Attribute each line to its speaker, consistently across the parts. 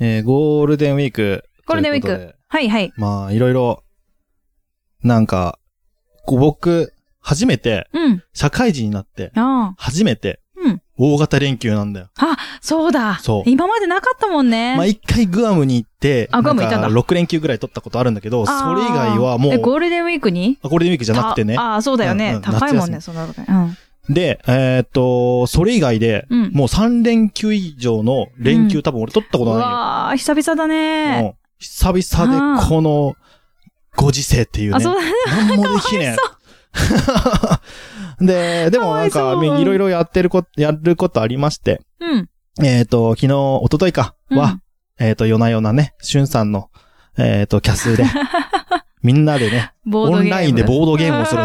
Speaker 1: えーゴールデンウィーク。
Speaker 2: ゴールデンウィーク
Speaker 1: ということで。
Speaker 2: はいはい。
Speaker 1: まあ、いろいろ、なんか、こう僕、初めて、
Speaker 2: うん。
Speaker 1: 社会人になって、
Speaker 2: あ
Speaker 1: 初めて
Speaker 2: うん、
Speaker 1: 大型連休なんだよ。
Speaker 2: あ。あ、そうだ。
Speaker 1: そう
Speaker 2: 今までなかったもんね。
Speaker 1: まあ、一回グアムに行って、
Speaker 2: あグアム行ったんだ
Speaker 1: 6連休ぐらい取ったことあるんだけど、そ
Speaker 2: あー
Speaker 1: れ以外はもう
Speaker 2: え、、ゴールデンウィークに
Speaker 1: あゴールデンウィークじゃなくてね。
Speaker 2: ああ、そうだよね。
Speaker 1: うんうん
Speaker 2: 高いもんね、
Speaker 1: 夏
Speaker 2: そんなとこね。
Speaker 1: で、えーっと、それ以外で、
Speaker 2: うん。うん。
Speaker 1: もう3連休以上の連休、
Speaker 2: う
Speaker 1: 多分俺取ったこ
Speaker 2: う
Speaker 1: とないよ。
Speaker 2: わあ、久々だね。
Speaker 1: もう久々でこのご時世っていうね。
Speaker 2: あ、そうだね。
Speaker 1: なんもできねえ。 で、でもなん
Speaker 2: かわ
Speaker 1: か、
Speaker 2: いそう
Speaker 1: いろいろやってること、やることありまして、
Speaker 2: うん。
Speaker 1: えっ、と、昨日、一昨日か
Speaker 2: うん
Speaker 1: は、えっ、と、夜な夜なね、しゅんさんの、えっ、と、キャス で、みんなでね、
Speaker 2: ボード
Speaker 1: オ
Speaker 2: ゲーム。
Speaker 1: ンラインでボードゲームをする。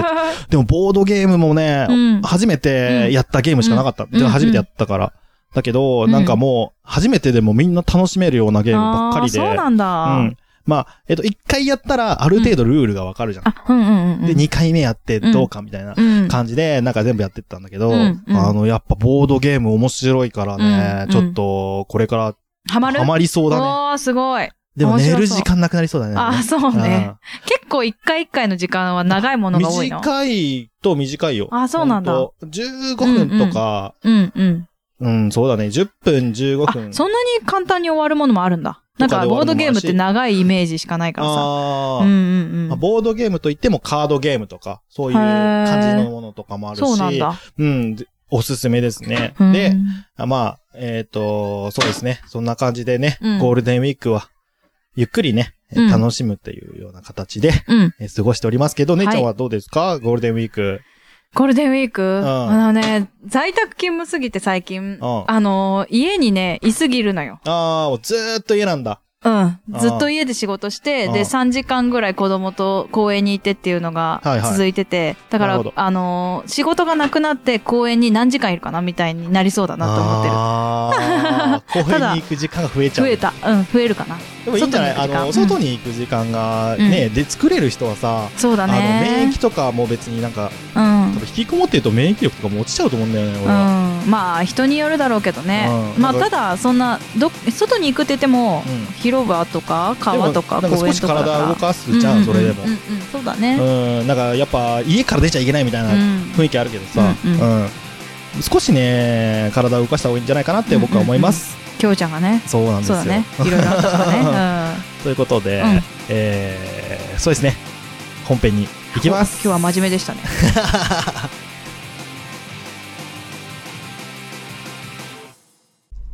Speaker 1: でも、ボードゲームもね、
Speaker 2: うん
Speaker 1: 初めてやったゲームしかなかった。
Speaker 2: ん
Speaker 1: で初めてやったから。だけど、
Speaker 2: うん
Speaker 1: なんかもう、初めてでもみんな楽しめるようなゲームばっかりで。
Speaker 2: あーそうなんだ。
Speaker 1: うん。まあ、えっ、と、一回やったら、ある程度ルールがわかるじゃん。
Speaker 2: あ、うんうんうん。
Speaker 1: で、、2回目やってどうかみたいな
Speaker 2: うん。
Speaker 1: 感じで、なんか全部やってったんだけど、
Speaker 2: うんうん
Speaker 1: あの、やっぱボードゲーム面白いからね、
Speaker 2: うん
Speaker 1: ちょっと、これから
Speaker 2: ハマる
Speaker 1: ハマりそうだね。
Speaker 2: おー、すごい。
Speaker 1: でも
Speaker 2: 面白
Speaker 1: 寝
Speaker 2: そう
Speaker 1: る時間なくなりそうだね。
Speaker 2: あー、そうね。結構一回一回の時間は長いも
Speaker 1: うん
Speaker 2: のが多いの。
Speaker 1: 短いと短いよ。
Speaker 2: あそうなんだ
Speaker 1: ほと15分とか、
Speaker 2: うんうん。
Speaker 1: うん、そうだね。10分、15
Speaker 2: あ、
Speaker 1: 分。
Speaker 2: そんなに簡単に終わるものもあるんだ。なん
Speaker 1: とか
Speaker 2: か、
Speaker 1: で終
Speaker 2: ボ
Speaker 1: わる
Speaker 2: ー
Speaker 1: の
Speaker 2: ド
Speaker 1: もあ
Speaker 2: ゲ
Speaker 1: るし
Speaker 2: ームって長いイメージしかないからさ。
Speaker 1: あ
Speaker 2: う
Speaker 1: ー
Speaker 2: んうんう
Speaker 1: まあ
Speaker 2: ん。
Speaker 1: ボードゲームといってもカードゲームとか、そういう感じのものとかもあるし、
Speaker 2: そうなんだ。
Speaker 1: うんでおすすめですね。
Speaker 2: うん
Speaker 1: で、、あまあ、えっ、と、そうですね。そんな感じでね、
Speaker 2: うん
Speaker 1: ゴールデンウィークは、ゆっくりね、えー
Speaker 2: うん
Speaker 1: 楽しむっていうような形で、
Speaker 2: うん。
Speaker 1: えー過ごしておりますけど、
Speaker 2: い
Speaker 1: 姉ちゃんはどうですかゴールデンウィーク。
Speaker 2: ゴールデンウィークあのね、在宅勤務すぎて最近、
Speaker 1: うん
Speaker 2: あの、家にね、いすぎるのよ。
Speaker 1: ああ、もうずーっと家なんだ。
Speaker 2: うん。
Speaker 1: あー
Speaker 2: ずっと家で仕事して、
Speaker 1: あ
Speaker 2: で、
Speaker 1: ー
Speaker 2: 3時間ぐらい子供と公園に行ってっていうのが
Speaker 1: はいはい
Speaker 2: 続いてて、だか
Speaker 1: な
Speaker 2: ら
Speaker 1: るほど、
Speaker 2: あのー仕事がなくなって公園に何時間いるかなみたいになりそうだなと思ってる。
Speaker 1: あ あ、公
Speaker 2: た
Speaker 1: 園
Speaker 2: だ
Speaker 1: に行く時間が増えちゃう。
Speaker 2: 増えた。うん、増えるかな。
Speaker 1: でもいいんじゃないあ
Speaker 2: 外
Speaker 1: の、
Speaker 2: に行く時間
Speaker 1: 外に行く時間が
Speaker 2: うん
Speaker 1: ね、で、作れる人はさ、
Speaker 2: そうだ
Speaker 1: あの、免
Speaker 2: ね。
Speaker 1: 疫とかも別になんか、
Speaker 2: うん
Speaker 1: 多。分引きこもってると免疫力とかも落ちちゃうと思うんだよね、俺
Speaker 2: うん、
Speaker 1: は。
Speaker 2: まあ人によるだろうけどね、
Speaker 1: うん
Speaker 2: まあ
Speaker 1: なん
Speaker 2: た
Speaker 1: か
Speaker 2: だそんなど外に行くって言っても、
Speaker 1: うん
Speaker 2: 広場とか川とか
Speaker 1: でもなんか
Speaker 2: 公
Speaker 1: 少
Speaker 2: 園
Speaker 1: し
Speaker 2: とかだ
Speaker 1: 体
Speaker 2: ら
Speaker 1: 動かすじゃん、それでも
Speaker 2: うんう。んうんうんそうだね、
Speaker 1: うん、なんかやっぱ家から出ちゃいけないみたいな
Speaker 2: うん
Speaker 1: 雰囲気あるけどさ、
Speaker 2: う
Speaker 1: うんん
Speaker 2: う
Speaker 1: 少しね体を動かした方がいいんじゃないかなって僕は思います、
Speaker 2: きょうちゃんがね
Speaker 1: そうなんです
Speaker 2: そう
Speaker 1: よ
Speaker 2: だねいろいろあった からね、うん
Speaker 1: ということで、
Speaker 2: うん
Speaker 1: えーそうですね本編に行きます
Speaker 2: 今日は真面目でしたね。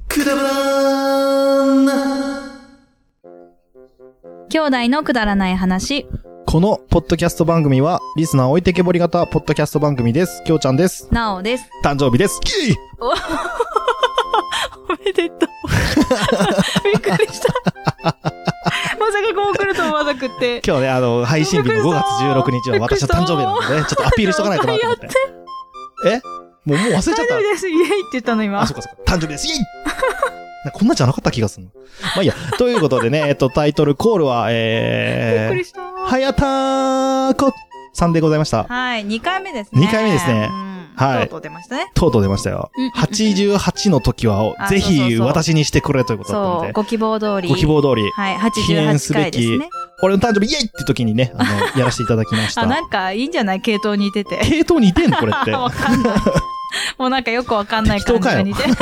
Speaker 1: くだらな
Speaker 2: 兄弟のくだらない話、
Speaker 1: このポッドキャスト番組はリスナー置いてけぼり型ポッドキャスト番組ですきょうちゃんです
Speaker 2: なおです。
Speaker 1: 誕生日ですイエイ
Speaker 2: おめでとう。 びっくりした。まさかこう来ると思わなくて。
Speaker 1: 今日ね、あの、配信日の5月16日は
Speaker 2: びっく
Speaker 1: 私
Speaker 2: りし
Speaker 1: の
Speaker 2: た
Speaker 1: 誕生日なんでね、ちょっとアピールしとかないとなと思って。えもう、もう忘れちゃっ
Speaker 2: 大丈
Speaker 1: た。
Speaker 2: 夫です。イエイって言ったの今
Speaker 1: あ、そ。っかそっか。誕生日です。イェイなんかこんなんじゃなかった気がするの。まあいいや。ということでね、えっと、タイトルコールは、
Speaker 2: びっく
Speaker 1: え
Speaker 2: りした。
Speaker 1: ー、
Speaker 2: は
Speaker 1: はやたーこさんでございました。
Speaker 2: い、2回目ですね。
Speaker 1: 二回目ですね
Speaker 2: うん
Speaker 1: はい
Speaker 2: とうとう出ましたね。
Speaker 1: とうとう出ましたよ
Speaker 2: うんうんうん。
Speaker 1: 88の時は、
Speaker 2: あ
Speaker 1: ぜ
Speaker 2: そうそう
Speaker 1: ひ
Speaker 2: そう
Speaker 1: 私にしてくれということだった
Speaker 2: そ
Speaker 1: の
Speaker 2: う、
Speaker 1: で、
Speaker 2: ご希望通り。
Speaker 1: ご希望通り、
Speaker 2: はい、88
Speaker 1: 記念すべ
Speaker 2: 回
Speaker 1: き
Speaker 2: ですね。
Speaker 1: 俺の誕生日イェイって時にね、あ の、やらせていただきまし
Speaker 2: あ、
Speaker 1: た。
Speaker 2: なんかいいんじゃない系統似てて。
Speaker 1: 系統似てんのこれって。
Speaker 2: わかんない。もうなんかよくわかんない感じが似て。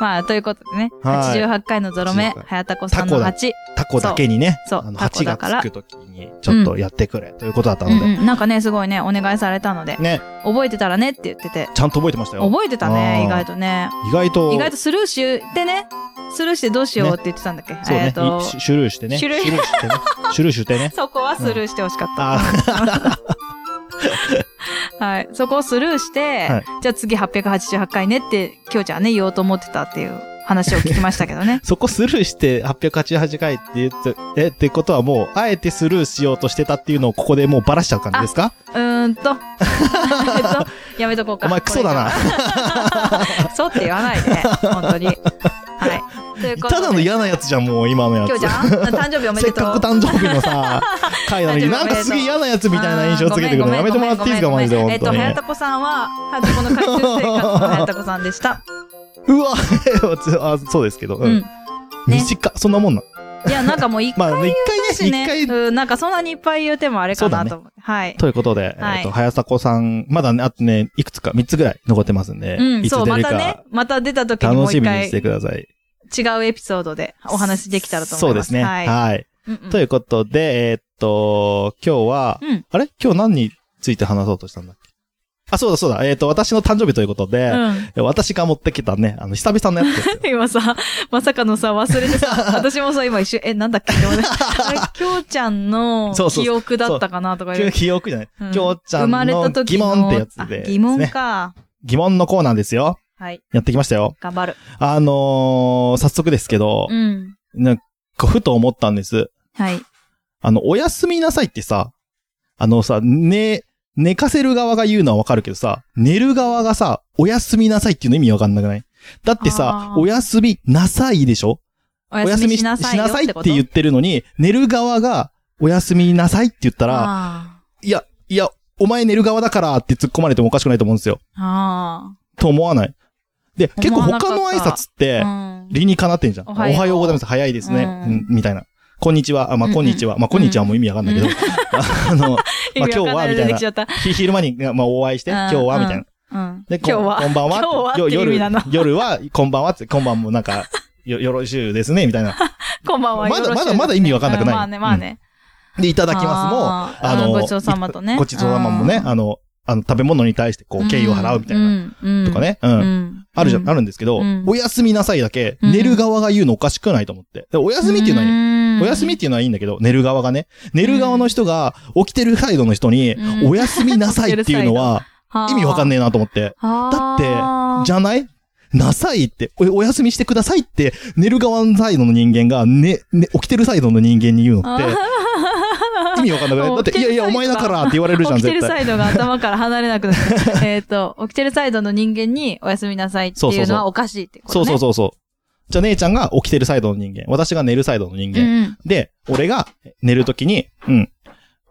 Speaker 2: まあ、ということでね、
Speaker 1: はい
Speaker 2: 88回のゾロ目
Speaker 1: 88、
Speaker 2: はやたこさんの8。
Speaker 1: タコだけにね、
Speaker 2: そう
Speaker 1: あの
Speaker 2: タコ
Speaker 1: 8
Speaker 2: だ
Speaker 1: が
Speaker 2: から
Speaker 1: つくときにちょっとやってくれということだった
Speaker 2: う
Speaker 1: ので、
Speaker 2: んうん、なんかね、すごいね、お願いされたので、
Speaker 1: ね、
Speaker 2: 覚えてたらねって言ってて。
Speaker 1: ちゃんと覚えてましたよ。
Speaker 2: 覚えてたね、
Speaker 1: あー
Speaker 2: 意外とね。
Speaker 1: 意外と、
Speaker 2: 意外とスルーしてね、スルーしてどうしようって言ってたんだっけ、
Speaker 1: そう
Speaker 2: え
Speaker 1: ね
Speaker 2: っ、と
Speaker 1: い、シュシュルーしてね。
Speaker 2: シュルー
Speaker 1: シュして ね。シュルーしてね。
Speaker 2: そこはスルーしてほしかった。
Speaker 1: あ
Speaker 2: はい。そこをスルーして、
Speaker 1: はい
Speaker 2: じゃあ次888回ねって、きょうちゃんはね、言おうと思ってたっていう話を聞きましたけど ね
Speaker 1: 。そこスルーして888回って言って、え、ってことはもう、あえてスルーしようとしてたっていうのをここでもうバラしちゃう感じですか
Speaker 2: うーんと。えっと、やめとこうか。
Speaker 1: お前クソだな。
Speaker 2: な。そうって言わないで、本当に。はい。と いうことで。
Speaker 1: ただの嫌なやつじゃん、もう今のや
Speaker 2: きょう
Speaker 1: つ
Speaker 2: ち。ゃん、誕生日おめ
Speaker 1: せ
Speaker 2: で
Speaker 1: っ
Speaker 2: と
Speaker 1: か
Speaker 2: う
Speaker 1: く。誕生日の さ、回なのに、なんかすげえ嫌なやつみたいな印象つけてくるのやめてもらっていいですか、マジで、
Speaker 2: ほん
Speaker 1: 本
Speaker 2: えっと、
Speaker 1: 当に。
Speaker 2: はやたこさんは、はやたこ の学生生活のはやたこさんでした。
Speaker 1: うわあ、そうですけど。う
Speaker 2: うんん。ね
Speaker 1: 短っそんなもんなん。
Speaker 2: いや、なんかもう一
Speaker 1: ま
Speaker 2: 回
Speaker 1: あ、一回ね、
Speaker 2: だし
Speaker 1: 一
Speaker 2: ね。
Speaker 1: 回、
Speaker 2: うん、なんかそんなにいっぱい言うてもあれかなと思って。はい。
Speaker 1: ということで、
Speaker 2: はい
Speaker 1: えっと、早迫さん、まだね、あとね、いくつか、三つぐらい残ってますんで、
Speaker 2: うん、
Speaker 1: いつ
Speaker 2: そう、
Speaker 1: 出
Speaker 2: ま
Speaker 1: る
Speaker 2: たね
Speaker 1: か、、
Speaker 2: また出た時にもう
Speaker 1: 楽し
Speaker 2: 一
Speaker 1: みに
Speaker 2: 回
Speaker 1: してください。
Speaker 2: 違うエピソードでお話できたらと思います。
Speaker 1: そうですね。
Speaker 2: は。
Speaker 1: はいい。
Speaker 2: うんうん
Speaker 1: ということで、えーっと、今日は、
Speaker 2: うん
Speaker 1: あれ今日何について話そうとしたんだっけあ、そうだそうだ。えーっと、私の誕生日ということで、
Speaker 2: うん。。
Speaker 1: 私が持ってきたね、あの、久々のやつですよ
Speaker 2: 今さ、まさかのさ、忘れて さ、私もさ、今一瞬、え、なんだっけって思い出したあれ、きょうちゃんの
Speaker 1: そうそう
Speaker 2: 記憶だったかなとか言う。
Speaker 1: 記憶じゃない。
Speaker 2: うん
Speaker 1: きょうちゃん
Speaker 2: 生まれた
Speaker 1: の
Speaker 2: 時
Speaker 1: 疑問ってやつで
Speaker 2: あ疑問
Speaker 1: ですね
Speaker 2: か。
Speaker 1: 疑問のコーナーですよ。
Speaker 2: はい。
Speaker 1: やってきましたよ。
Speaker 2: 頑張る。
Speaker 1: あのー、早速ですけど
Speaker 2: う、ん。
Speaker 1: なんか、ふと思ったんです。
Speaker 2: はい。
Speaker 1: あの、おやすみなさいってさ、あのさ、ね、寝かせる側が言うのはわかるけどさ、寝る側がさ、おやすみなさいっていうの意味わかんなくないだってさ
Speaker 2: あ、ー
Speaker 1: おやすみなさいでしょ
Speaker 2: お休みしな
Speaker 1: お
Speaker 2: さいよ
Speaker 1: やすみ
Speaker 2: って
Speaker 1: し
Speaker 2: こ
Speaker 1: っ
Speaker 2: と。
Speaker 1: て言ってるのに、寝る側がおやすみなさいって言ったら、
Speaker 2: あ
Speaker 1: いや、いや、お前寝る側だからって突っ込まれてもおかしくないと思うんですよ。
Speaker 2: ーあ
Speaker 1: と思わない。で、結構
Speaker 2: 思わなか
Speaker 1: 他
Speaker 2: った
Speaker 1: の挨拶って、
Speaker 2: ー。うん。
Speaker 1: 理にかなってんじゃん。
Speaker 2: お
Speaker 1: お
Speaker 2: は
Speaker 1: は
Speaker 2: よう
Speaker 1: ようございます。早いですね。
Speaker 2: う
Speaker 1: うんん、みたいな。こんにちは。あ、ま
Speaker 2: う
Speaker 1: あ、
Speaker 2: んうん
Speaker 1: こんにちは。まあ、こんにちはもう意味わかんないけど。
Speaker 2: うん
Speaker 1: あ の、まあ今日はみたいな
Speaker 2: 出てきちゃった。
Speaker 1: ひ昼間に、まあ、お会いして、
Speaker 2: うん
Speaker 1: 今日はみたいな。
Speaker 2: うん。
Speaker 1: で、
Speaker 2: 今
Speaker 1: こ
Speaker 2: 日は。
Speaker 1: こんばんは。
Speaker 2: 今日はって
Speaker 1: よ
Speaker 2: 意味
Speaker 1: 夜
Speaker 2: なの、
Speaker 1: 夜は、こんばんはって、こんばんもなんか、よ、よろしゅうですね、みたいな。
Speaker 2: こんばんは。
Speaker 1: まだ
Speaker 2: よろしゅう
Speaker 1: まだまだ意味わかんなくない
Speaker 2: うんまあね、まあね。
Speaker 1: で、いただきますも、
Speaker 2: あー
Speaker 1: あの、
Speaker 2: ごちそうさまとね
Speaker 1: ごちそうさまもね、あの、あの、食べ物に対して、こう、敬意を払うみたいな、
Speaker 2: な
Speaker 1: とか。ね。う。
Speaker 2: うんうんん。
Speaker 1: あるじゃん、あ
Speaker 2: る。
Speaker 1: るんですけど
Speaker 2: うん、
Speaker 1: おやすみなさいだけ、
Speaker 2: うん
Speaker 1: 寝る側が言うのおかしくないと思って。でおやすみっていうのはいい。
Speaker 2: は
Speaker 1: お休みっていうのはいいんだけど、寝る側がね。寝る側の人が、起きてるサイドの人に
Speaker 2: う、ん
Speaker 1: おやすみなさいっていうの は、意味わかん
Speaker 2: ない。
Speaker 1: ねえなと思って。だって
Speaker 2: だ
Speaker 1: じ
Speaker 2: ゃ
Speaker 1: ゃないなさいって、お、お休みしてくださいって、寝る側のサイドの人間が、ね、ね、起きてるサイドの人間に言うのって、意味わかんなくないだって、いやいや、お前だからって言われるじゃん、
Speaker 2: 起きて
Speaker 1: 絶
Speaker 2: る
Speaker 1: 対。
Speaker 2: サイドが頭から離れなくなる。 えっと、起きてるサイドの人間におやすみなさいって
Speaker 1: そう
Speaker 2: い
Speaker 1: そうう
Speaker 2: の
Speaker 1: そう
Speaker 2: はおかしいってこと
Speaker 1: そう
Speaker 2: ね。
Speaker 1: そうそうそう。じゃあ、姉ちゃんが起きてるサイドの人間。私が寝るサイドの人間。
Speaker 2: んん
Speaker 1: で、俺が寝るときに、うん、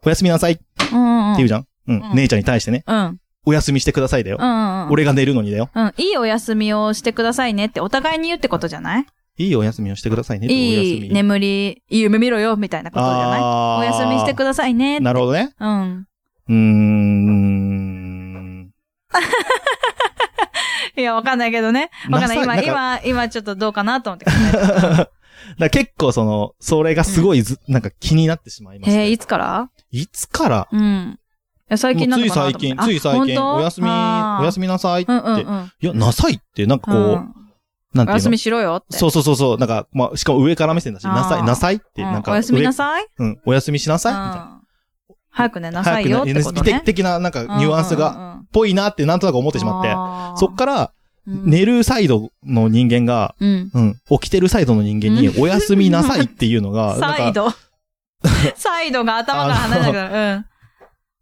Speaker 1: おやすみなさいって
Speaker 2: うんうん。
Speaker 1: 言う
Speaker 2: じ
Speaker 1: じゃん。うん
Speaker 2: うん、
Speaker 1: 姉ちゃんに対してね、
Speaker 2: ゃん。うん。
Speaker 1: お休みしてくださいだよ
Speaker 2: う。んうん。
Speaker 1: 俺が寝るのにだよ。
Speaker 2: うん、いいお休みをしてくださいねってお互いに言うってことじゃない
Speaker 1: いいお休みをしてくださいね。
Speaker 2: いい
Speaker 1: み。
Speaker 2: 眠り、いい夢見ろよみたいなことじゃない
Speaker 1: あ
Speaker 2: お
Speaker 1: ー
Speaker 2: 休みしてくださいね。
Speaker 1: なるほどね。
Speaker 2: うん。
Speaker 1: うーん。
Speaker 2: いや、わかんないけどね。わかんない。
Speaker 1: なさ
Speaker 2: 今、
Speaker 1: なんか
Speaker 2: 今、今ちょっとどうかなと思って考えて
Speaker 1: だから結構その、それがすごいず、なんか気になってしまいま
Speaker 2: た。
Speaker 1: し
Speaker 2: え
Speaker 1: た。
Speaker 2: ー、いつから
Speaker 1: いつから
Speaker 2: うん。いや、最
Speaker 1: もう
Speaker 2: 近な
Speaker 1: つ
Speaker 2: の
Speaker 1: い
Speaker 2: かな
Speaker 1: 最
Speaker 2: と思
Speaker 1: 近、
Speaker 2: って
Speaker 1: つい最近、お休み、おやすみ
Speaker 2: み
Speaker 1: なさいって。
Speaker 2: うんうんうん。
Speaker 1: いや、なさいって、なんかこう、
Speaker 2: うん
Speaker 1: なんて
Speaker 2: お
Speaker 1: いう
Speaker 2: 休み
Speaker 1: の
Speaker 2: しろよって。
Speaker 1: そうそうそうそう、なんか、まあ、しかも上から目線だし、
Speaker 2: あー
Speaker 1: なさい、なさいって、
Speaker 2: うん
Speaker 1: なんか、
Speaker 2: お
Speaker 1: 上
Speaker 2: やすみなさい
Speaker 1: うん、おやすみしなさいみたいな。
Speaker 2: うん早く寝なさいよってこ
Speaker 1: 早
Speaker 2: と
Speaker 1: くな
Speaker 2: ね。
Speaker 1: 的な、なんか、ニュアンスが、
Speaker 2: が
Speaker 1: ぽいなって、なんとなく思ってしまって、
Speaker 2: て
Speaker 1: そっから、
Speaker 2: ら、
Speaker 1: 寝るサイドの人間が、
Speaker 2: うん。
Speaker 1: うん、起きてるサイドの人間に、おやすみなさいっていうの が、なん
Speaker 2: サイ
Speaker 1: か、
Speaker 2: ド。サイドが頭から離れなくなる。うん。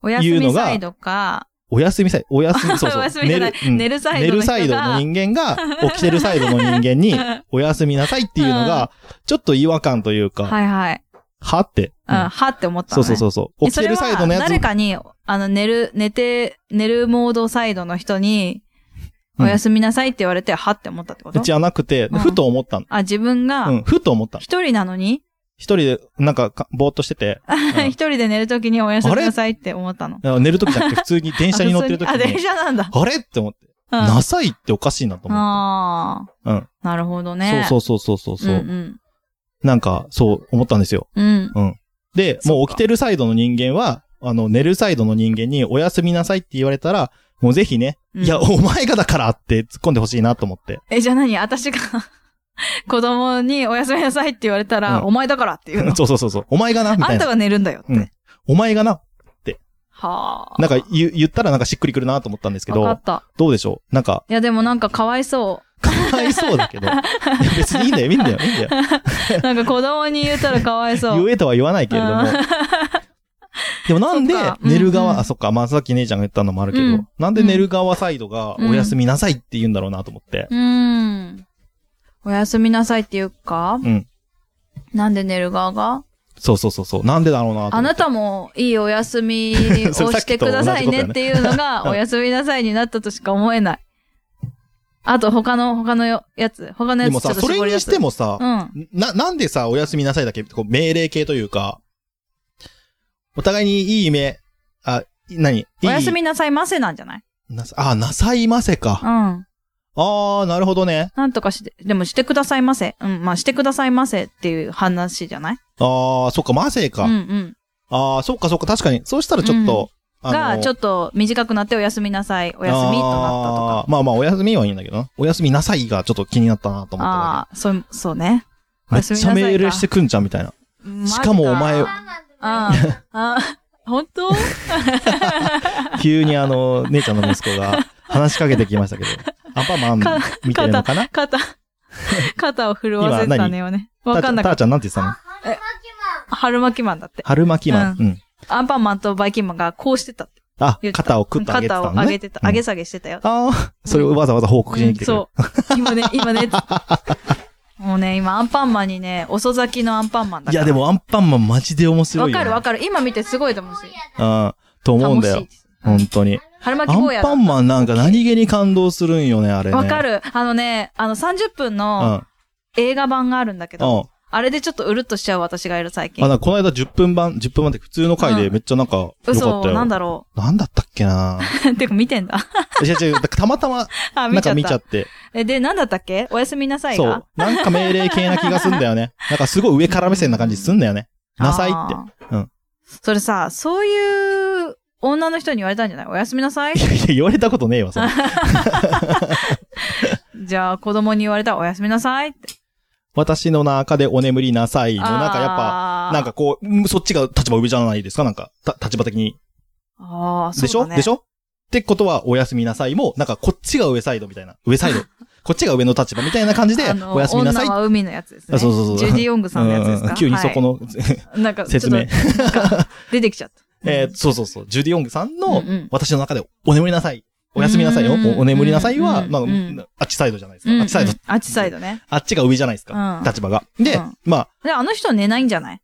Speaker 2: おやす
Speaker 1: 言う
Speaker 2: み
Speaker 1: のが
Speaker 2: サイドか、
Speaker 1: おやすみさい、おや すみ、そう
Speaker 2: お
Speaker 1: そ
Speaker 2: やす
Speaker 1: う、
Speaker 2: みじゃない
Speaker 1: うん
Speaker 2: 寝るサイド
Speaker 1: 寝
Speaker 2: の
Speaker 1: る
Speaker 2: 人が
Speaker 1: サイドの人間が、起きてるサイドの人間 に、おやすみなさいっていうのが、ちょっと違和感というか、は
Speaker 2: はいはい。
Speaker 1: って、
Speaker 2: う
Speaker 1: うん
Speaker 2: ん、はって思った
Speaker 1: そ
Speaker 2: の
Speaker 1: う
Speaker 2: ね。
Speaker 1: そうそうそう。起きてるサイドのや
Speaker 2: それは誰
Speaker 1: つ、
Speaker 2: かに、あの、寝る、寝て、寝るモードサイドの人に、おやすみなさいって言われて、はって思ったってこと
Speaker 1: じゃなくて、
Speaker 2: うん
Speaker 1: ふと思ったの。
Speaker 2: あ、自分
Speaker 1: う
Speaker 2: が、
Speaker 1: ん、ふと思ったの。
Speaker 2: 一人なのに、
Speaker 1: 一人で、なんかか、ぼーっとしてて、
Speaker 2: 一人で寝るときにおやすみなさいって思ったの。
Speaker 1: あ寝るときじゃなくて、普通に電車に乗ってるとき
Speaker 2: あ、普通にあ電
Speaker 1: に、
Speaker 2: 車なんだ。
Speaker 1: あれって思って、
Speaker 2: うん
Speaker 1: なさいっておかしいなと思っ
Speaker 2: あ
Speaker 1: た。うん。
Speaker 2: あ、なるほどね。
Speaker 1: そうそうそうそうそう。
Speaker 2: う
Speaker 1: うん
Speaker 2: うん。
Speaker 1: なんか、そう思ったんですよ。
Speaker 2: うん。
Speaker 1: で、
Speaker 2: そっか
Speaker 1: もう起きてるサイドの人間は、あの、寝るサイドの人間におやすみなさいって言われたら、もうぜひね、
Speaker 2: うん
Speaker 1: いや、お前がだからって突っ込んでほしいなと思って。
Speaker 2: え、じゃあ何私が 子供におやすみなさいって言われたら、
Speaker 1: うん
Speaker 2: お前だからっ
Speaker 1: 。
Speaker 2: ていうの
Speaker 1: そうそうそうそう、お前がな、み
Speaker 2: あ
Speaker 1: た
Speaker 2: ん
Speaker 1: い
Speaker 2: た
Speaker 1: な。
Speaker 2: が寝るんだよって。
Speaker 1: うんお前がな、
Speaker 2: はあ。
Speaker 1: なんか言う言ったらなんかしっくりくるなと思ったんですけ
Speaker 2: わか
Speaker 1: ど
Speaker 2: っ、た。
Speaker 1: どうでしょうなんか、
Speaker 2: いや、でもなんかかわいそ
Speaker 1: かわいそうだけ ど。いや別にいいんだよ、いいんだよ、いいんだよ。
Speaker 2: う。 なんか子供に言ったらかわいそう。
Speaker 1: 言えとは言わないけれども
Speaker 2: うん。
Speaker 1: でもなんで
Speaker 2: そっか、うん
Speaker 1: 寝る
Speaker 2: うん
Speaker 1: 側、あ、そっか、まあさっき姉ちゃんが言ったのもあるけ
Speaker 2: う
Speaker 1: ど
Speaker 2: ん、
Speaker 1: なんで寝る側サイドが
Speaker 2: うん
Speaker 1: おやすみなさいって言うんだろうなと思って。
Speaker 2: うーん。おやすみなさいっていうか、
Speaker 1: うん。
Speaker 2: なんで寝る側が
Speaker 1: そうそうそうそう。なんでだろうなと思って。
Speaker 2: あなたもいいお休み を
Speaker 1: それさっ
Speaker 2: して
Speaker 1: きと
Speaker 2: く
Speaker 1: 同じことだよね
Speaker 2: ださいねっていうのが、
Speaker 1: うん
Speaker 2: おやすみなさいになったとしか思えない。あと他の、他のよやつ、他のや
Speaker 1: で
Speaker 2: つちょ
Speaker 1: も
Speaker 2: っ
Speaker 1: さ、
Speaker 2: と
Speaker 1: それ
Speaker 2: 絞り出
Speaker 1: に
Speaker 2: す
Speaker 1: して、もさ、
Speaker 2: うん。
Speaker 1: な、なんでさ、おやすみなさいだけ、こう、命令系というか、お互いにいい夢、あ、い何いい
Speaker 2: おやすみなさいませなんじゃない
Speaker 1: なさ、あ、なさいませ
Speaker 2: う
Speaker 1: か。
Speaker 2: ん。
Speaker 1: あー、なるほどね。
Speaker 2: なんとかして、でもしてくださいませ。うん。まあ、してくださいませっていう話じゃない
Speaker 1: あー、そっか、ませか。
Speaker 2: うんうん。
Speaker 1: あー、そっかそっか、確かに。そうしたらちょっと、
Speaker 2: が、ちょ
Speaker 1: っ
Speaker 2: っと短くなっておやすみなさい、お
Speaker 1: と
Speaker 2: やすみとなったとか。
Speaker 1: まあまあ、おやすみはいいんだけどな。おやすみなさいがちょっと気になったなと思った
Speaker 2: ああー、そう、そうね。
Speaker 1: だけ。めっちゃメールしてくんじゃん、みたいな。しかもお前
Speaker 2: マジかあ ーあー、本当
Speaker 1: 急にあ の、姉ちゃんの息子が話しかけてきましたけど、アンパンマン見てるのかな
Speaker 2: 肩、肩を震わせたねよね。わかんな
Speaker 1: た
Speaker 2: か
Speaker 1: ー
Speaker 2: っ
Speaker 1: ちゃんなんて言ってたの
Speaker 2: た。春巻きマンだって。
Speaker 1: 春巻きマン。うん。
Speaker 2: アンパンマンとバイキンマンがこうしてたって
Speaker 1: あ
Speaker 2: 言っ、てた。
Speaker 1: 肩をクッと上げてた
Speaker 2: 肩
Speaker 1: の
Speaker 2: を
Speaker 1: ね。
Speaker 2: 上げてた、上げ
Speaker 1: て
Speaker 2: 下げしてたよ。
Speaker 1: ああ、それをわざわざ報告しに来てくれる。
Speaker 2: うんそう。今ね、今ね。もうね、今、アンパンマンにね、遅咲きのアンパンマンだ
Speaker 1: い
Speaker 2: か
Speaker 1: や、
Speaker 2: ら。
Speaker 1: でもアンパンマンマジで面白
Speaker 2: わ
Speaker 1: いよ
Speaker 2: か
Speaker 1: ね。
Speaker 2: るわかる。今見てすごいと思うし。
Speaker 1: うん。と思うんだよ
Speaker 2: 楽。しい
Speaker 1: 本当に。
Speaker 2: 春巻
Speaker 1: ア
Speaker 2: き
Speaker 1: ン
Speaker 2: 坊やだ。
Speaker 1: パンマンなんか何気に感動するんよね、あれね。
Speaker 2: わか
Speaker 1: る。
Speaker 2: る。あのね、あの30分
Speaker 1: うん。
Speaker 2: の
Speaker 1: あ、
Speaker 2: 映画版があるんだけど、
Speaker 1: あ
Speaker 2: あれでちょっとうるっとしちゃう私がいる最近。
Speaker 1: なんかこの間10分版、10分版って普通の回でめっちゃなんか、よかった
Speaker 2: 嘘、
Speaker 1: よ。
Speaker 2: なんだろ
Speaker 1: なんだったっけな
Speaker 2: う。 てか見てんだ。
Speaker 1: 違う違う、たまたま、
Speaker 2: あ、
Speaker 1: な
Speaker 2: 見
Speaker 1: ん
Speaker 2: ちゃ
Speaker 1: か
Speaker 2: っ
Speaker 1: 見ちゃ
Speaker 2: た
Speaker 1: っ。て。
Speaker 2: え、で、なんだったっけおやすみなさい
Speaker 1: そ
Speaker 2: が
Speaker 1: う。。なんか命令系な気がすんだよ ね。なんかすごい上から目線な感じすんだよね。なさいって。
Speaker 2: て
Speaker 1: うん。
Speaker 2: それさ、そういう女の人に言われたんじゃないおやすみな さい
Speaker 1: いやいや、言われたことねえわ、 それ。
Speaker 2: じゃあ子供に言われたらおやすみなさいって。
Speaker 1: 私の中でお眠りなさいの、なんかやっぱ、
Speaker 2: ぱ
Speaker 1: なんかこううん、そっちが立場上じゃないですか、なんか、た立場的に。
Speaker 2: ああ、そう
Speaker 1: でしょ
Speaker 2: だね。
Speaker 1: でしょってことは、おやすみなさいも、なんかこっちが上サイドみたいな。上サイ ド。こっちが上の立場みたいな感じで
Speaker 2: あ、の
Speaker 1: おやすみなさい。
Speaker 2: 女は海のやつですね。
Speaker 1: あそうそうそう
Speaker 2: ジュディ・ヨングさんのやつです
Speaker 1: う
Speaker 2: か
Speaker 1: ん 急にそこの、
Speaker 2: はいなんか、
Speaker 1: 説明。。。
Speaker 2: 出てきちゃった
Speaker 1: えーそうそうそう。ジュディ・ヨングさん
Speaker 2: うんう
Speaker 1: の、
Speaker 2: ん
Speaker 1: 私の中でお眠りなさい。おやすみなさいよ。
Speaker 2: うん
Speaker 1: おお眠りなさいは、
Speaker 2: うん
Speaker 1: まあ
Speaker 2: うん、
Speaker 1: あっちサイドじゃないです
Speaker 2: う
Speaker 1: か。
Speaker 2: んうん
Speaker 1: あっちサイド。
Speaker 2: あっちサイドね。
Speaker 1: あっちが上じゃないです
Speaker 2: う
Speaker 1: か
Speaker 2: ん。
Speaker 1: 立場が。で
Speaker 2: うん、
Speaker 1: まあ、
Speaker 2: で、あの人寝ないんじゃない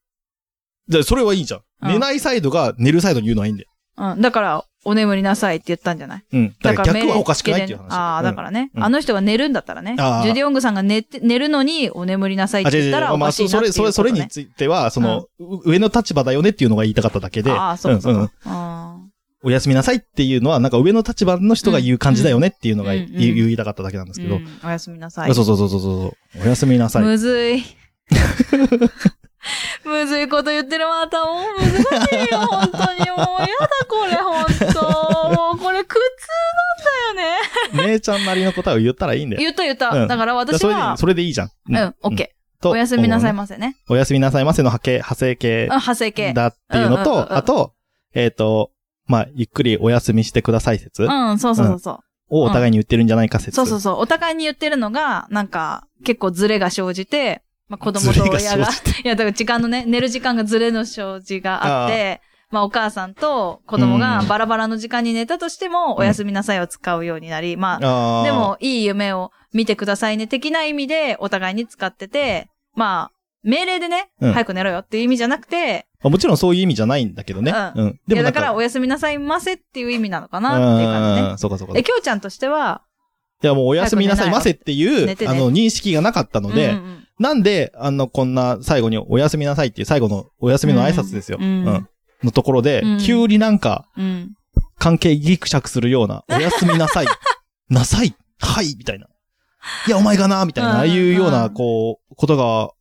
Speaker 1: じゃあそれはいいじゃん。
Speaker 2: うん
Speaker 1: 寝ないサイドが寝るサイドに言うのはいいんだよ。
Speaker 2: うん。だから、お眠りなさいって言ったんじゃない
Speaker 1: うん。だから逆はおかしくないっていう話。。
Speaker 2: 命令つけてああ、だかららね。
Speaker 1: うん
Speaker 2: あの人が寝るんだったらね。ジ
Speaker 1: ああ
Speaker 2: ュディ・ヨングさんが寝て、寝るのにお眠りなさいっ
Speaker 1: あ、
Speaker 2: て
Speaker 1: 違う違
Speaker 2: 言
Speaker 1: う
Speaker 2: ったら
Speaker 1: 違う。
Speaker 2: お
Speaker 1: ま
Speaker 2: か
Speaker 1: あ、
Speaker 2: しい
Speaker 1: そ
Speaker 2: なっ
Speaker 1: そ
Speaker 2: てい
Speaker 1: れ、
Speaker 2: う
Speaker 1: そ
Speaker 2: こ
Speaker 1: れ、それ
Speaker 2: と
Speaker 1: に
Speaker 2: ね。
Speaker 1: ついては、その、う上の立場だよねっていうのが言いたかっただけで、
Speaker 2: ああ、そうかそう
Speaker 1: うんう
Speaker 2: か
Speaker 1: ん。
Speaker 2: あ
Speaker 1: おやすみなさいっていうのは、なんか上の立場の人が言う感じだよねっていうのが
Speaker 2: うん
Speaker 1: 言
Speaker 2: うん
Speaker 1: 言いたかっただけなんですけ
Speaker 2: ーう
Speaker 1: ど。
Speaker 2: んおやすみなさい
Speaker 1: そう。そうそうそうそう。おやすみなさい。
Speaker 2: むずい。 むずいこと言ってるまた、もう難しいよ、本当に。もうやだ、これ、本当もうこれ、苦痛なんだよね。
Speaker 1: 姉ちゃんなりの答えを言ったらいいんだよ。
Speaker 2: 言った言った。
Speaker 1: うん
Speaker 2: だから
Speaker 1: だから
Speaker 2: 私
Speaker 1: それで
Speaker 2: は、
Speaker 1: それでいいじゃん。
Speaker 2: うん、オッケー。
Speaker 1: と
Speaker 2: おやすみなさい
Speaker 1: 思うね
Speaker 2: ませね。
Speaker 1: おやすみなさいませの派遣、派生
Speaker 2: う
Speaker 1: 系
Speaker 2: ん、派生系。
Speaker 1: だっていうの
Speaker 2: うんうんうんうん
Speaker 1: と、あと、えっと、まあ、ゆっくりお休みしてください説
Speaker 2: うん、そうそうそうそう。
Speaker 1: をお互いに言ってるんじゃないか説。
Speaker 2: そうそうそう。お互いに言ってるのが、なんか、結構ズレが生じて、まあ、子供と親
Speaker 1: ズレ
Speaker 2: が、
Speaker 1: が生
Speaker 2: いや、だから時間のね、寝る時間がズレの生じがあって、まあ、お母さんと子供が
Speaker 1: うん
Speaker 2: バラバラの時間に寝たとしても、
Speaker 1: ん
Speaker 2: おやすみなさいを使うようになり、ま
Speaker 1: あ
Speaker 2: あ、
Speaker 1: ー
Speaker 2: で、も、いい夢を見てくださいね、的な意味で、お互いに使ってて、まあ、命令でね、
Speaker 1: うん
Speaker 2: 早く寝ろよっていう意味じゃなくて、
Speaker 1: まあもちろんそういう意味じゃないんだけどね。
Speaker 2: う
Speaker 1: うん。
Speaker 2: いや、だから、
Speaker 1: う
Speaker 2: おやすみなさいませっていう意味なのかな、っていう感じ
Speaker 1: ー
Speaker 2: ね
Speaker 1: ん、。そうかそうか。
Speaker 2: え、
Speaker 1: い
Speaker 2: きょうちゃんとしては、
Speaker 1: や、もうおやすみなさいませっていう、
Speaker 2: 早く寝な
Speaker 1: あ
Speaker 2: よ
Speaker 1: の、認識がなかったので、
Speaker 2: うんうん
Speaker 1: なんで、あの、こんな最後におやすみなさいっていう最後のおやすみの挨拶ですよ。
Speaker 2: う
Speaker 1: うんん。のところで
Speaker 2: うん、
Speaker 1: 急になんか、
Speaker 2: うん、うん。
Speaker 1: 関係ギクシャクするような、おやすみなさい、なさい、はい、みたいな。いや、お前がな、みたい
Speaker 2: うん
Speaker 1: な、ああいうよう
Speaker 2: う
Speaker 1: な、
Speaker 2: ん
Speaker 1: こう、ことが、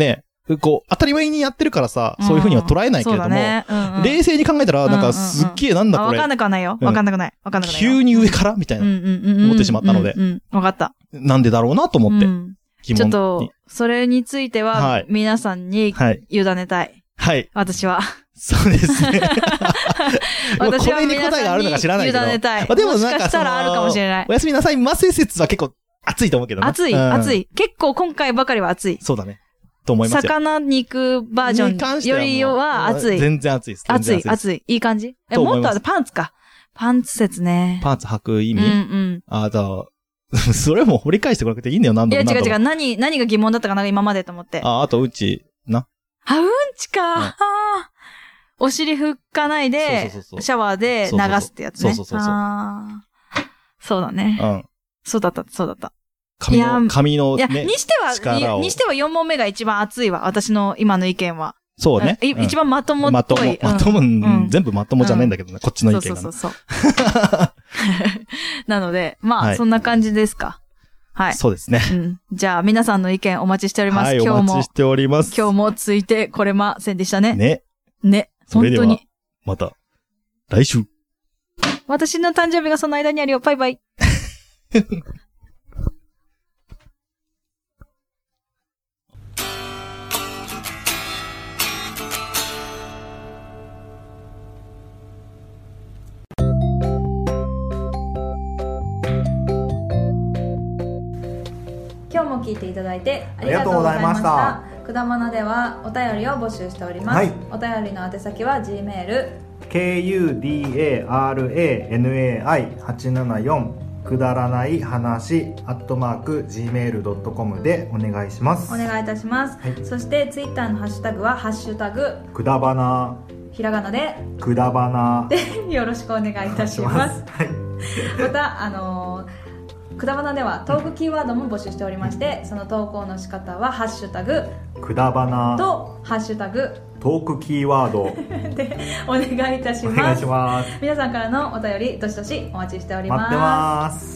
Speaker 1: ね、こう、当たり前にやってるからさ、
Speaker 2: ん
Speaker 1: そういうふうには捉えないけれど
Speaker 2: そうだ
Speaker 1: も、
Speaker 2: ねうんうん
Speaker 1: 冷静に考えたら、なん
Speaker 2: うんうんう
Speaker 1: か
Speaker 2: ん
Speaker 1: すっげえなんだ
Speaker 2: あ
Speaker 1: こ
Speaker 2: わ
Speaker 1: れ
Speaker 2: かん、なくはないよ。
Speaker 1: うん
Speaker 2: わかんなくない。わかんなくないよ。
Speaker 1: 急に上からみたい
Speaker 2: うん
Speaker 1: な、
Speaker 2: うんうんうん、
Speaker 1: 思ってしまったので
Speaker 2: うんうんうんわかった。
Speaker 1: なんでだろうなと思って
Speaker 2: う、ん
Speaker 1: 疑
Speaker 2: ちょ
Speaker 1: 問
Speaker 2: っ
Speaker 1: に。
Speaker 2: と、それについて
Speaker 1: は、
Speaker 2: はい皆さんに
Speaker 1: はい。
Speaker 2: 委ねたい。
Speaker 1: はい。
Speaker 2: 私は。
Speaker 1: そうですね。まあ
Speaker 2: 私は
Speaker 1: これに
Speaker 2: 皆
Speaker 1: 答えが
Speaker 2: さ
Speaker 1: あ
Speaker 2: ん
Speaker 1: る
Speaker 2: に
Speaker 1: のか知らないけど
Speaker 2: 委ねたい。
Speaker 1: まあでも
Speaker 2: も
Speaker 1: なん
Speaker 2: し
Speaker 1: か
Speaker 2: かしたらあ
Speaker 1: その
Speaker 2: るかもしれない
Speaker 1: お。やすみなさい、ませ説は結構熱いと思うけどね
Speaker 2: 熱い、
Speaker 1: うん
Speaker 2: 熱い。結構今回ばかりは熱い。
Speaker 1: そうだね。と思いますよ。
Speaker 2: 魚肉バージ
Speaker 1: に関し
Speaker 2: ョン
Speaker 1: て
Speaker 2: よ
Speaker 1: もう
Speaker 2: りは熱い。
Speaker 1: 全然熱いです。
Speaker 2: 熱
Speaker 1: 全
Speaker 2: い、
Speaker 1: 然です
Speaker 2: 熱い。いい感じえ、
Speaker 1: と
Speaker 2: も
Speaker 1: 思い
Speaker 2: っと
Speaker 1: ます
Speaker 2: 熱いパンツか。パンツ説ね。
Speaker 1: パンツ履く意
Speaker 2: う
Speaker 1: 味、
Speaker 2: ん
Speaker 1: あ、 だから、それも掘り返してこなくていいんだよ、何
Speaker 2: うん。い
Speaker 1: 度
Speaker 2: や、
Speaker 1: も
Speaker 2: 違
Speaker 1: 何度も。
Speaker 2: う違う。何、何が疑問だったかな、今までと思って。
Speaker 1: あ、あとうち、な。
Speaker 2: あ、うんちか。
Speaker 1: うん
Speaker 2: あーお尻拭かないで
Speaker 1: そうそうそうそ、う
Speaker 2: シャワーで流すってやつね。
Speaker 1: そうそうそうそう
Speaker 2: あーそうだね。
Speaker 1: うん。
Speaker 2: そうだった、そうだった。
Speaker 1: 髪
Speaker 2: いや
Speaker 1: の、髪の
Speaker 2: いや、
Speaker 1: ね
Speaker 2: に、して
Speaker 1: 力
Speaker 2: は、
Speaker 1: を
Speaker 2: ににしては4問目が一番熱いわ。私の今の意見は。
Speaker 1: そうね。
Speaker 2: い
Speaker 1: うん
Speaker 2: 一番まともっぽい。
Speaker 1: まとも、
Speaker 2: うん
Speaker 1: まとも、うん
Speaker 2: うん
Speaker 1: 全部まともじゃないんだけどね、こっちの意見が
Speaker 2: そう
Speaker 1: ね
Speaker 2: そうそうそう。なので、まあ、
Speaker 1: はい
Speaker 2: そんな感じですか。は い。
Speaker 1: そうですね。
Speaker 2: うん。じゃあ、皆さんの意見お待ちしております。
Speaker 1: はい、
Speaker 2: 今
Speaker 1: お
Speaker 2: 日
Speaker 1: 待
Speaker 2: も
Speaker 1: ちし、ております。
Speaker 2: 今日もついてこれませんでしたね。ね。
Speaker 1: ね。それ
Speaker 2: 本
Speaker 1: で
Speaker 2: 当
Speaker 1: は
Speaker 2: に。
Speaker 1: また、来週。
Speaker 2: 私の誕生日がその間にあるよ。バイバイ。今日も聞いていただいてありがとうございました。くだまなではお便りを募集しております。
Speaker 3: はい
Speaker 2: お便りの宛先は G メール
Speaker 3: KUDARANAI874 くだらない話アットマーク Gmail.com でお願いします
Speaker 2: お願いいたします、
Speaker 3: はい
Speaker 2: そしてツイッターのハッシュタグは「ハッシュタグ
Speaker 3: くだばな
Speaker 2: ひらがなで
Speaker 3: くだばな」
Speaker 2: でよろしくお願いいたし ます
Speaker 3: はい
Speaker 2: またあのーくだばなではトークキーワードも募集しておりましてその投稿の仕方は「ハッシュタグ
Speaker 3: くだば」な
Speaker 2: と「ハッシュタグ
Speaker 3: トークキーワード」
Speaker 2: でお願いいたし
Speaker 3: お
Speaker 2: ま
Speaker 3: 願い
Speaker 2: す
Speaker 3: します
Speaker 2: 皆さんからのお便りどしどしお待ちしており
Speaker 3: 待ってます